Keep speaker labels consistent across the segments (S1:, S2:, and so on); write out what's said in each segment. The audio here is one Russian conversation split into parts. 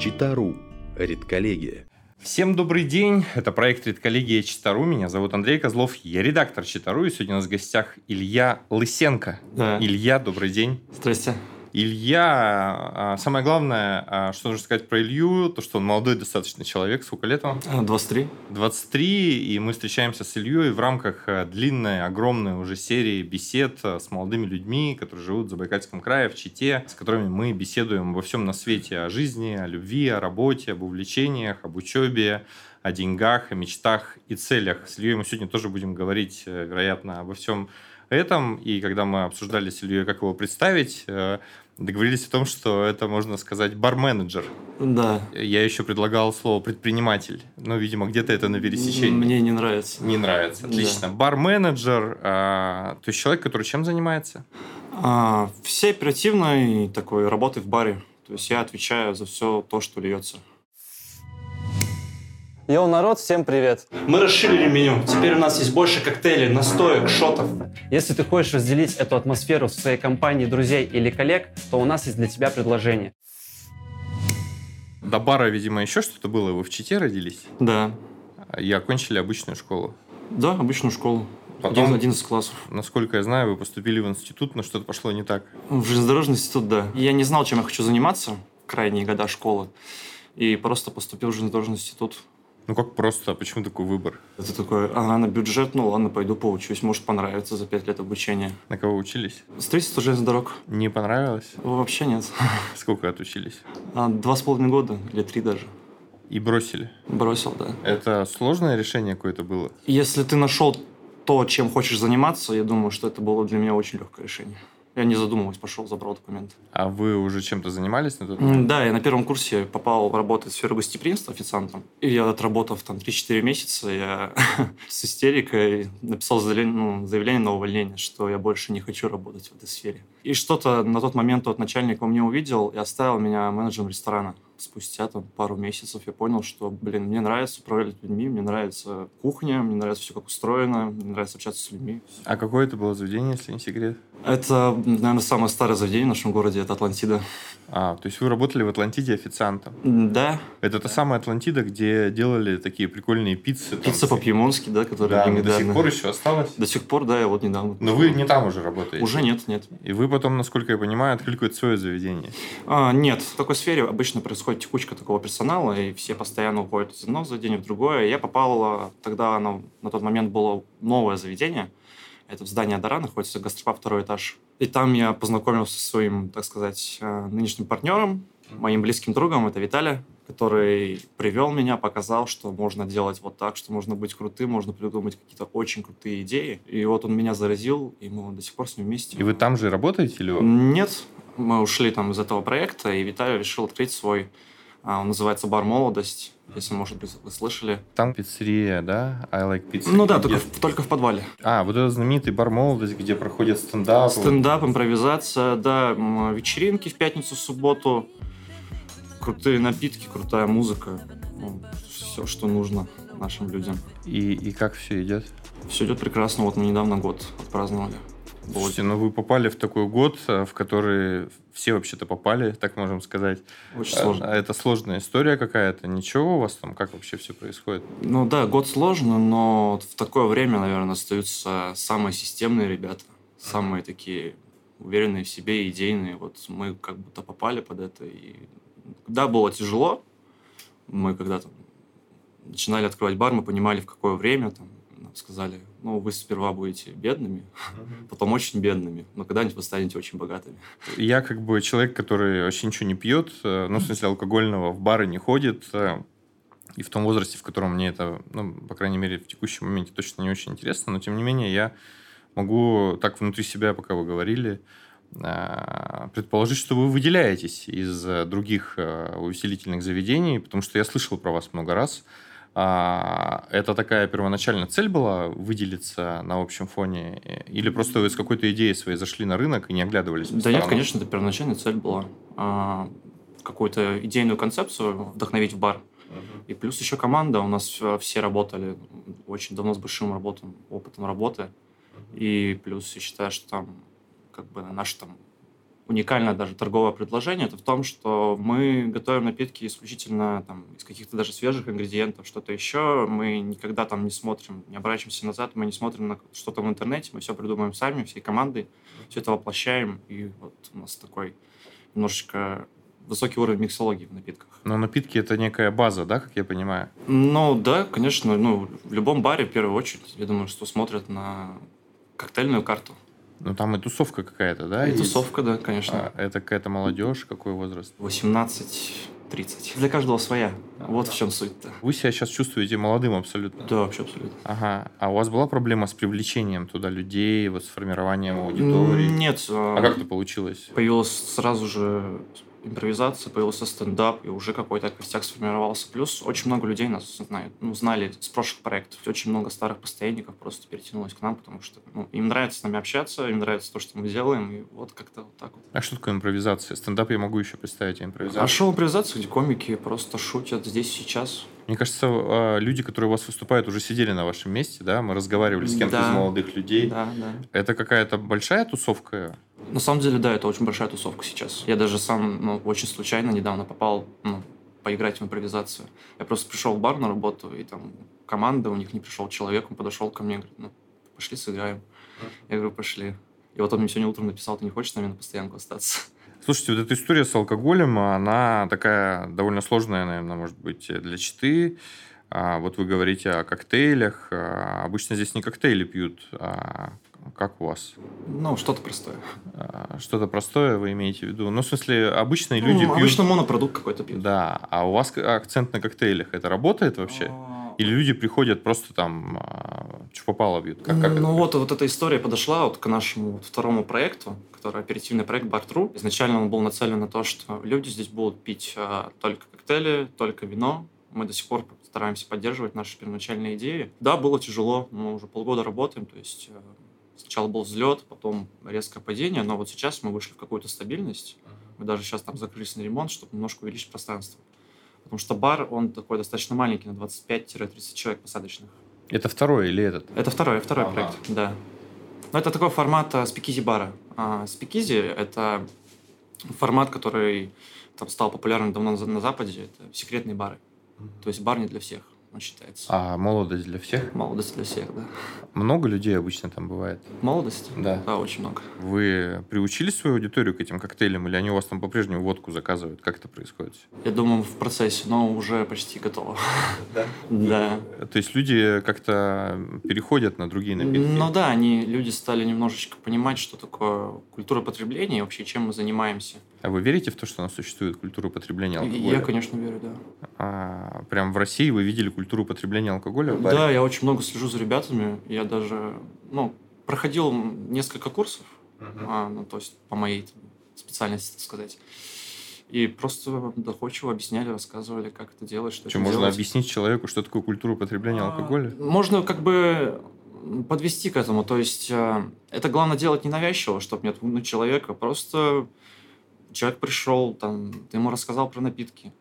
S1: Читару. Редколлегия.
S2: Всем добрый день. Это проект «Редколлегия Читару». Меня зовут Андрей Козлов. Я редактор Читару. И сегодня у нас в гостях Илья Лысенко.
S3: Да.
S2: Илья, добрый день.
S3: Здрасте.
S2: Илья, а, самое главное, а, что нужно сказать про Илью, то, что он молодой достаточно человек. Сколько лет вам?
S3: А, 23.
S2: 23, и мы встречаемся с Ильей в рамках э, длинной, огромной уже серии бесед э, с молодыми людьми, которые живут в Забайкальском крае, в Чите, с которыми мы беседуем во всем на свете о жизни, о любви, о работе, об увлечениях, об учебе, о деньгах, о мечтах и целях. С Ильей мы сегодня тоже будем говорить, э, вероятно, обо всем этом. И когда мы обсуждали с Ильей, как его представить, э, договорились о том, что это, можно сказать, бар-менеджер.
S3: Да.
S2: Я еще предлагал слово предприниматель. Ну, видимо, где-то это на пересечении.
S3: Мне не нравится.
S2: Не нравится. Отлично. Бар-менеджер, а, то есть человек, который чем занимается?
S3: А, всей оперативной такой работы в баре. То есть я отвечаю за все то, что льется.
S4: Йоу, народ, всем привет!
S3: Мы расширили меню. Теперь у нас есть больше коктейлей, настоек, шотов.
S4: Если ты хочешь разделить эту атмосферу со своей компанией друзей или коллег, то у нас есть для тебя предложение.
S2: До бара, видимо, еще что-то было. Вы в Чите родились
S3: Да.
S2: и окончили обычную школу.
S3: Да, обычную школу.
S2: Потом-
S3: Потом... 11 классов.
S2: Насколько я знаю, вы поступили в институт, но что-то пошло не так.
S3: В железнодорожный институт, да. Я не знал, чем я хочу заниматься крайние года школы. И просто поступил в железнодорожный институт.
S2: Ну как просто, почему такой выбор?
S3: Это такое, ага, на бюджет, ну ладно, пойду поучусь, может понравится за 5 лет обучения.
S2: На кого учились?
S3: Строительство железных дорог?
S2: Не понравилось?
S3: Вообще нет.
S2: Сколько отучились?
S3: А, Два с половиной года, или три даже.
S2: И бросили.
S3: Бросил, да.
S2: Это сложное решение какое-то было?
S3: Если ты нашел то, чем хочешь заниматься, я думаю, что это было для меня очень легкое решение. Я не задумываясь, пошел, забрал документы.
S2: А вы уже чем-то занимались на тот момент?
S3: М, Да, я на первом курсе попал работать в сферу гостеприимства официантом. И я отработав там 3-4 месяца, я с истерикой написал заявление, ну, заявление на увольнение, что я больше не хочу работать в этой сфере. И что-то на тот момент тот начальник во мне увидел и оставил меня менеджером ресторана. Спустя там пару месяцев я понял, что, блин, мне нравится управлять людьми, мне нравится кухня, мне нравится все как устроено, мне нравится общаться с людьми.
S2: А какое это было заведение, если не секрет?
S3: Это, наверное, самое старое заведение в нашем городе, это Атлантида.
S2: А, то есть вы работали в Атлантиде официантом?
S3: М, Да,
S2: Это та самая Атлантида, где делали такие прикольные пиццы. там.
S3: Пицца по-пьемонски, да, которая
S2: Да, она до
S3: легендарная.
S2: сих пор еще осталась.
S3: До сих пор, да, я вот недавно.
S2: Но вы не там уже работаете.
S3: Уже нет, нет.
S2: И вы потом, насколько я понимаю, открыли какое-то свое заведение.
S3: А, нет, в такой сфере обычно происходит текучка такого персонала, и все постоянно уходят из одного заведения в другое. Я попал, а, тогда оно, на тот момент было новое заведение, это в здании Адара, находится гастропаб второй этаж. И там я познакомился со своим, так сказать, э, нынешним партнером, моим близким другом, это Виталий, который привел меня, показал, что можно делать вот так, что можно быть крутым, можно придумать какие-то очень крутые идеи. И вот он меня заразил, и мы до сих пор с ним вместе.
S2: И вы там же работаете или вы-
S3: Нет, мы ушли там из этого проекта, и Виталий решил открыть свой, а, он называется «Бар Молодость», если, может быть, вы слышали.
S2: там пиццерия, да? I like pizza.
S3: Ну да,
S2: Где-
S3: только в, только в подвале.
S2: А, вот этот знаменитый бар молодость, где проходят стендапы.
S3: Стендап, импровизация, да, м, вечеринки в пятницу, в субботу, крутые напитки, крутая музыка, все, что нужно нашим людям.
S2: И, и как все идет?
S3: Все идет прекрасно, вот мы недавно год отпраздновали. Вот.
S2: Слушайте, ну вы попали в такой год, э, в который все вообще-то попали, так можем сказать.
S3: Очень
S2: А-
S3: сложно.
S2: а это сложная история какая-то. Ничего у вас там? Как вообще все происходит?
S3: Ну да, год сложно, но вот в такое время, наверное, остаются самые системные ребята, самые такие уверенные в себе, идейные. Вот мы как будто попали под это. И... Да, было тяжело. Мы когда там начинали открывать бар, мы понимали, в какое время там, нам сказали, ну, вы сперва будете бедными, потом очень бедными, но когда-нибудь вы станете очень богатыми.
S2: Я как бы человек, который вообще ничего не пьет, э, ну, в смысле алкогольного, в бары не ходит. э, И в том возрасте, в котором мне это, ну, по крайней мере, в текущем моменте точно не очень интересно, но тем не менее я могу так внутри себя, пока вы говорили, а, предположить, что вы выделяетесь из э, других э, увеселительных заведений, потому что я слышал про вас много раз. А, Это такая первоначальная цель была выделиться на общем фоне? э, Или просто вы с какой-то идеей своей зашли на рынок и не оглядывались? по
S3: Да нет,
S2: сторонам?
S3: конечно, это первоначальная цель была. а, какую-то идейную концепцию вдохновить в бар. И плюс еще команда. У нас э, все работали очень давно с большим работом, опытом работы. И плюс я считаю, что там как бы наш там уникальное даже торговое предложение, это в том, что мы готовим напитки исключительно там, из каких-то даже свежих ингредиентов, что-то еще. Мы никогда там не смотрим, не оборачиваемся назад, мы не смотрим на что-то в интернете, мы все придумаем сами, всей командой, все это воплощаем, и вот у нас такой немножечко высокий уровень миксологии в напитках.
S2: Но напитки это некая база, да, как я понимаю?
S3: Ну да, конечно, ну, в любом баре в первую очередь, я думаю, что смотрят на коктейльную карту.
S2: Ну там и тусовка какая-то, да?
S3: И
S2: есть?
S3: тусовка, да, конечно.
S2: А, это какая-то молодежь, какой возраст?
S3: 18-30. Для каждого своя. Вот в чем суть-то.
S2: Вы себя сейчас чувствуете молодым абсолютно.
S3: Да, вообще абсолютно.
S2: Ага. А у вас была проблема с привлечением туда людей, вот с формированием аудитории?
S3: Нет.
S2: А как это получилось?
S3: Появилась сразу же импровизация, появился стендап, и уже какой-то костяк сформировался. Плюс очень много людей нас знают, ну, знали с прошлых проектов. Очень много старых постоянников просто перетянулось к нам, потому что ну, им нравится с нами общаться, им нравится то, что мы делаем, и вот как-то вот так вот.
S2: А что такое импровизация? Стендап я могу еще представить, а
S3: А
S2: импровизация.
S3: шоу импровизация, где комики просто шутят здесь сейчас.
S2: Мне кажется, э, люди, которые у вас выступают, уже сидели на вашем месте, да? Мы разговаривали с кем-то
S3: Да.
S2: из молодых людей.
S3: Да, да.
S2: Это какая-то большая тусовка?
S3: На самом деле, да, это очень большая тусовка сейчас. Я даже сам ну, очень случайно недавно попал ну, поиграть в импровизацию. Я просто пришел в бар на работу, и там команда, у них не пришел человек, он подошел ко мне, говорит, ну, пошли сыграем. Я говорю, пошли. И вот он мне сегодня утром написал, ты не хочешь с нами на постоянку остаться?
S2: Слушайте, вот эта история с алкоголем, она такая довольно сложная, наверное, может быть, для читы. А, вот вы говорите о коктейлях. А, обычно здесь не коктейли пьют, а как у вас?
S3: Ну, что-то простое.
S2: А, что-то простое вы имеете в виду? Ну, в смысле, обычные люди
S3: Ну,
S2: пьют...
S3: Обычно монопродукт какой-то пьют.
S2: Да, а у вас к- акцент на коктейлях. Это работает вообще?
S3: А,
S2: Или люди приходят просто там, а, что попало бьют? Как, как это?
S3: ну вот, вот эта история подошла вот к нашему вот второму проекту, который оперативный проект Бартру. Изначально он был нацелен на то, что люди здесь будут пить а, только коктейли, только вино. Мы до сих пор стараемся поддерживать наши первоначальные идеи. Да, было тяжело, мы уже полгода работаем, то есть э, сначала был взлет, потом резкое падение, но вот сейчас мы вышли в какую-то стабильность. Мы даже сейчас там закрылись на ремонт, чтобы немножко увеличить пространство. Потому что бар, он такой достаточно маленький, на 25-30 человек посадочных.
S2: Это второй или этот?
S3: Это второй, второй
S2: Ага.
S3: проект, да. Но это такой формат а, спикизи-бара. А, Спикизи — это формат, который там стал популярным давно на, на Западе. Это секретные бары. То есть бар не для всех, он считается.
S2: А молодость для всех?
S3: Молодость для всех, да.
S2: Много людей обычно там бывает?
S3: Молодость?
S2: Да.
S3: Да, очень много.
S2: Вы приучили свою аудиторию к этим коктейлям, или они у вас там по-прежнему водку заказывают? Как это происходит?
S3: Я думаю, в процессе, но уже почти готово. Да.
S2: То есть люди как-то переходят на другие напитки?
S3: Ну да, они, люди стали немножечко понимать, что такое культура потребления и вообще чем мы занимаемся.
S2: А вы верите в то, что у нас существует культура потребления алкоголя?
S3: Я, конечно, верю, да.
S2: А, прям в России вы видели культуру потребления алкоголя? в баре?
S3: Да, я очень много слежу за ребятами. Я даже, ну, проходил несколько курсов, а, ну, то есть по моей там, специальности, так сказать. И просто доходчиво объясняли, рассказывали, как это делать, что
S2: Что,
S3: это
S2: можно
S3: делать.
S2: объяснить человеку, что такое культура потребления
S3: А,
S2: алкоголя?
S3: Можно как бы подвести к этому. То есть э, это главное делать ненавязчиво, чтобы не отпугнуть человека. Просто человек пришел, там, ты ему рассказал про напитки.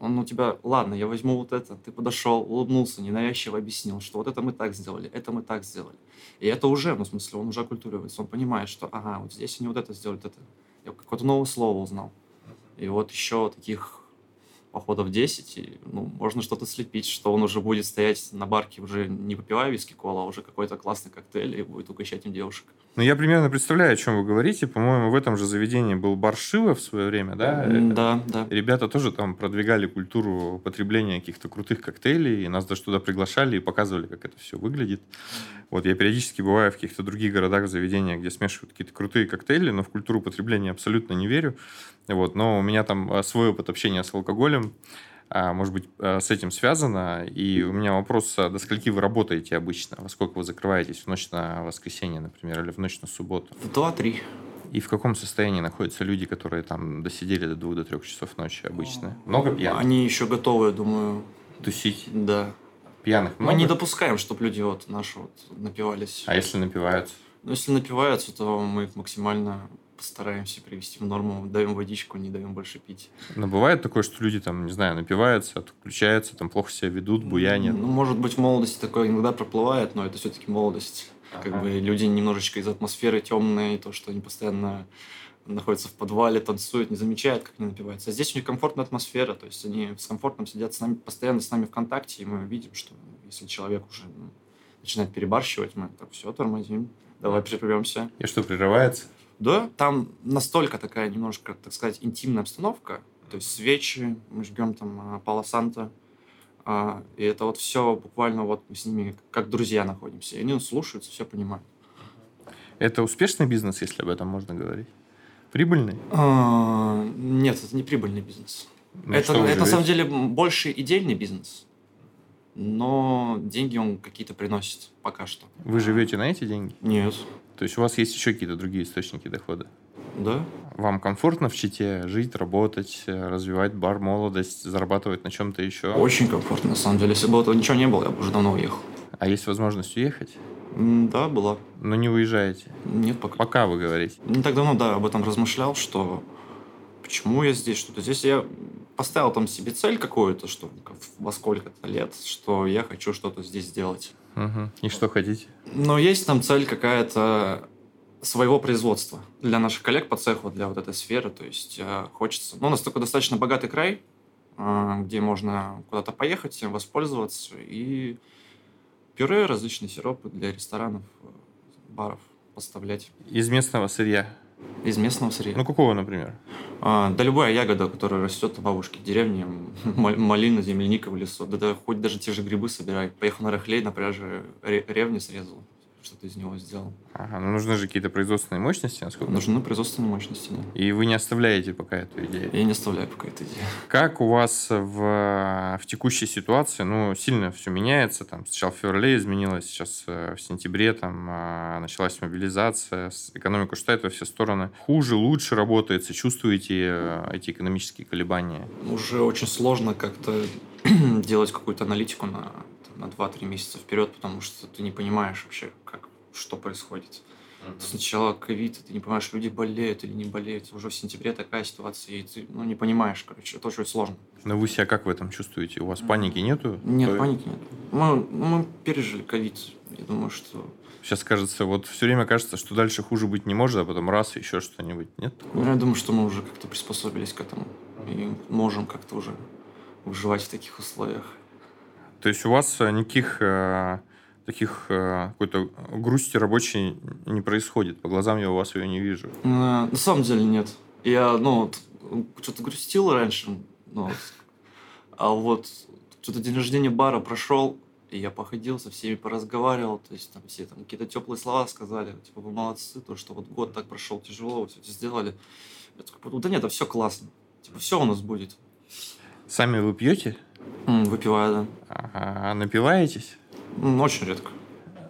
S3: Он у тебя, ладно, я возьму вот это. Ты подошел, улыбнулся, ненавязчиво объяснил, что вот это мы так сделали, это мы так сделали. И это уже, ну, в смысле, он уже окультуривается. Он понимает, что, ага, вот здесь они вот это сделали, вот это. Я какое-то новое слово узнал. И вот еще таких походов 10, и, ну, можно что-то слепить, что он уже будет стоять на барке, уже не попивая виски кола, а уже какой-то классный коктейль и будет угощать им девушек.
S2: Ну, я примерно представляю, о чем вы говорите. По-моему, в этом же заведении был бар Шива в свое время, да?
S3: М, Да, да.
S2: Ребята тоже там продвигали культуру потребления каких-то крутых коктейлей, и нас даже туда приглашали и показывали, как это все выглядит. Вот я периодически бываю в каких-то других городах, заведениях, где смешивают какие-то крутые коктейли, но в культуру потребления абсолютно не верю. Вот, но у меня там а, свой опыт общения с алкоголем, а, может быть, а, с этим связано. И у меня вопрос, а, до скольки вы работаете обычно? Во сколько вы закрываетесь в ночь на воскресенье, например, или в ночь на субботу?
S3: В 2-3.
S2: И в каком состоянии находятся люди, которые там досидели до 2 до 3 часов ночи обычно? Много пьяных?
S3: Они еще готовы, я думаю,
S2: Тусить
S3: да.
S2: пьяных
S3: Мы не
S2: много?
S3: допускаем, чтобы люди вот наши вот напивались.
S2: А если напиваются?
S3: Но если напиваются, то мы их максимально постараемся привести в норму, даем водичку, не даем больше пить.
S2: Но Ну, бывает такое, что люди там, не знаю, напиваются, отключаются, там плохо себя ведут, буянят.
S3: Ну, может быть, в молодости такое иногда проплывает, но это все-таки молодость. Как
S2: Ага.
S3: бы люди немножечко из атмосферы темные, то, что они постоянно находятся в подвале, танцуют, не замечают, как они напиваются. А здесь у них комфортная атмосфера, то есть они с комфортом сидят с нами, постоянно с нами в контакте, и мы видим, что если человек уже ну, начинает перебарщивать, мы так все тормозим, давай прервемся.
S2: И что, прерывается?
S3: Да, там настолько такая немножко, так сказать, интимная обстановка, то есть свечи, мы жгем там а, Пало Санто, а, и это вот все буквально вот мы с ними как друзья находимся, и они нас слушаются, все понимают.
S2: Это успешный бизнес, если об этом можно говорить? Прибыльный?
S3: А, Нет, это не прибыльный бизнес.
S2: Ну,
S3: это,
S2: что вы
S3: это на самом
S2: живете?
S3: деле м, больше идейный бизнес, но деньги он какие-то приносит пока что.
S2: Вы живете на эти деньги?
S3: Нет.
S2: То есть у вас есть еще какие-то другие источники дохода?
S3: Да?
S2: Вам комфортно в Чите жить, работать, э, развивать бар молодость, зарабатывать на чем-то еще?
S3: Очень комфортно, на самом деле. Если бы этого ничего не было, я бы уже давно уехал.
S2: А есть возможность уехать?
S3: М, Да, была.
S2: Но Ну, не уезжаете.
S3: Нет, пока.
S2: Пока вы говорите.
S3: Не так давно, да, об этом размышлял, что почему я здесь, что-то здесь. Я поставил там себе цель какую-то, что в- во сколько-то лет, что я хочу что-то здесь сделать.
S2: Мгм. И что хотите?
S3: Но есть там цель какая-то своего производства для наших коллег по цеху, для вот этой сферы. То есть э, хочется... Ну, у нас такой достаточно богатый край, э, где можно куда-то поехать, всем воспользоваться. И пюре, различные сиропы для ресторанов, э, баров поставлять
S2: Из местного сырья.
S3: из местного сырья.
S2: Ну, какого, например?
S3: А, да любая ягода, которая растет у бабушки в деревне, мал- малина, земляника в лесу, да, да хоть даже те же грибы собирай. Поехал на рахлей, на пляже ре- ревни срезал, что-то из него сделал.
S2: Ага, ну нужны же какие-то производственные мощности, насколько.
S3: Нужны производственные мощности, да.
S2: И вы не оставляете пока эту идею.
S3: Я не оставляю пока эту идею.
S2: Как у вас в, в текущей ситуации, ну, сильно все меняется, там, сначала в феврале изменилось, сейчас э, в сентябре, там, а, началась мобилизация, с- экономику считает во все стороны. Хуже, лучше работается, чувствуете э, эти экономические колебания?
S3: Уже очень сложно как-то делать какую-то аналитику на, там, на 2-3 месяца вперед, потому что ты не понимаешь вообще, как, что происходит. Сначала ковид, и ты не понимаешь, люди болеют или не болеют. Уже в сентябре такая ситуация, и ты ну, не понимаешь, короче, это очень сложно.
S2: Но Ну, вы себя как в этом чувствуете? У вас паники нету?
S3: Нет,
S2: То-
S3: паники нет. Мы, мы пережили ковид. Я думаю, что...
S2: Сейчас кажется, вот все время кажется, что дальше хуже быть не может, а потом раз, еще что-нибудь. Нет?
S3: ну, Я думаю, что мы уже как-то приспособились к этому. И можем как-то уже выживать в таких условиях.
S2: То есть у вас э, никаких э, таких э, какой-то грусти рабочей не происходит. По глазам я у вас ее не вижу.
S3: Э, На самом деле нет. Я, ну, вот, что-то грустил раньше. ну, вот. А вот что-то день рождения бара прошел, и я походил, со всеми поразговаривал, то есть там все там какие-то теплые слова сказали, типа вы молодцы, то, что вот год так прошел тяжело, вы все это сделали. Я такой подумал, да нет, да все классно, типа все у нас будет.
S2: Сами вы пьете?
S3: М, Выпиваю,
S2: Ага, А напиваетесь?
S3: да. М, Очень редко.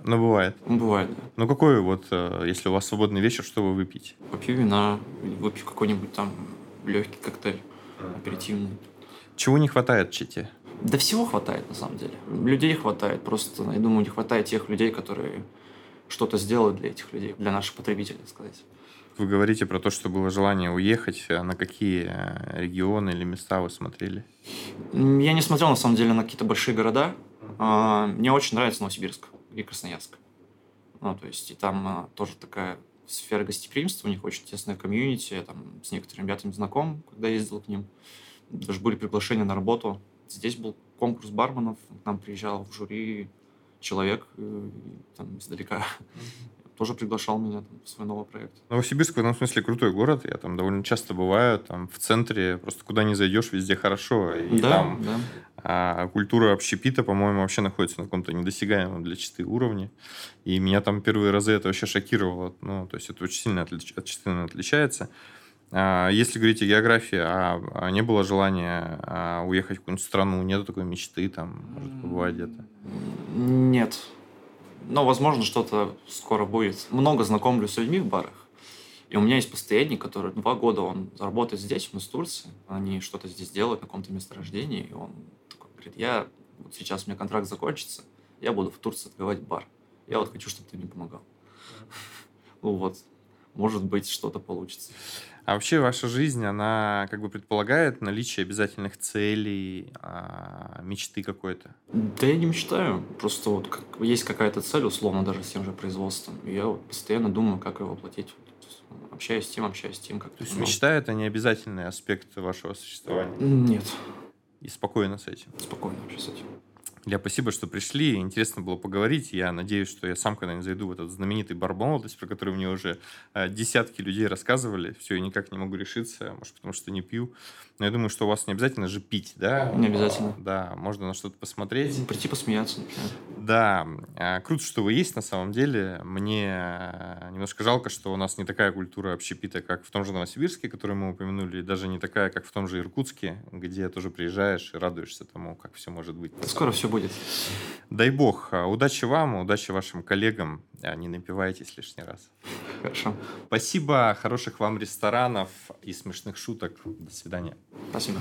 S2: Ну, бывает.
S3: Ну, Бывает, да.
S2: Ну, какой вот, э, если у вас свободный вечер, что вы выпьете?
S3: Попью вина, выпью какой-нибудь там легкий коктейль аперитивный.
S2: Чего не хватает в Чите?
S3: Да всего хватает, на самом деле. Людей хватает, просто, я думаю, не хватает тех людей, которые что-то сделают для этих людей, для наших потребителей, так сказать.
S2: Вы говорите про то, что было желание уехать. а На какие э, регионы или места вы смотрели?
S3: М, Я не смотрел, на самом деле, на какие-то большие города. А, Мне очень нравится Новосибирск и Красноярск. Ну, то есть, и там а, тоже такая сфера гостеприимства, у них очень тесная комьюнити, я там с некоторыми ребятами знаком, когда ездил к ним. Даже были приглашения на работу. Здесь был конкурс барменов, к нам приезжал в жюри человек э, и там издалека. Тоже приглашал меня там, в свой новый проект.
S2: Новосибирск в этом смысле крутой город. Я там довольно часто бываю. Там в центре просто куда ни зайдешь, везде хорошо. И
S3: да,
S2: там
S3: да.
S2: А культура общепита, по-моему, вообще находится на каком-то недосягаемом для читы уровне. И меня там первые разы это вообще шокировало. Ну, то есть это очень сильно отлич- от читы она отличается. А, если говорить о географии, а, а не было желания а, уехать в какую-нибудь страну? Нету такой мечты там, может, побывать где-то?
S3: Нет. Но, возможно, что-то скоро будет. Много знакомлю с людьми в барах. И у меня есть постоянник, который два года он работает здесь, он из Турции. Они что-то здесь делают на каком-то месторождении. И он такой говорит, я вот сейчас у меня контракт закончится, я буду в Турции открывать бар. Я вот хочу, чтобы ты мне помогал. Ну вот, может быть, что-то получится.
S2: А вообще ваша жизнь, она как бы предполагает наличие обязательных целей, а, мечты какой-то?
S3: Да я не мечтаю. Просто вот как- есть какая-то цель, условно, даже с тем же производством. И я вот постоянно думаю, как ее воплотить есть ну, общаюсь с тем, общаюсь с тем, ну, как
S2: То есть мечта — это не обязательный аспект вашего существования.
S3: Нет,
S2: И спокойно с этим.
S3: спокойно вообще с этим.
S2: Илья, спасибо, что пришли. Интересно было поговорить. Я надеюсь, что я сам когда-нибудь зайду в этот знаменитый бар молодость, про который мне уже э, десятки людей рассказывали. Все, я никак не могу решиться, может, потому что не пью. Но я думаю, что у вас не обязательно же пить, да?
S3: Не обязательно.
S2: Да, можно на что-то посмотреть.
S3: Прийти посмеяться, например.
S2: Да, э, круто, что вы есть на самом деле. Мне э, немножко жалко, что у нас не такая культура общепита, как в том же Новосибирске, который мы упомянули, и даже не такая, как в том же Иркутске, где тоже приезжаешь и радуешься тому, как все может быть.
S3: Скоро все будет.
S2: Дай бог. А, Удачи вам, удачи вашим коллегам. А, Не напивайтесь лишний раз.
S3: Хорошо.
S2: Спасибо, хороших вам ресторанов и смешных шуток. До свидания.
S3: Спасибо.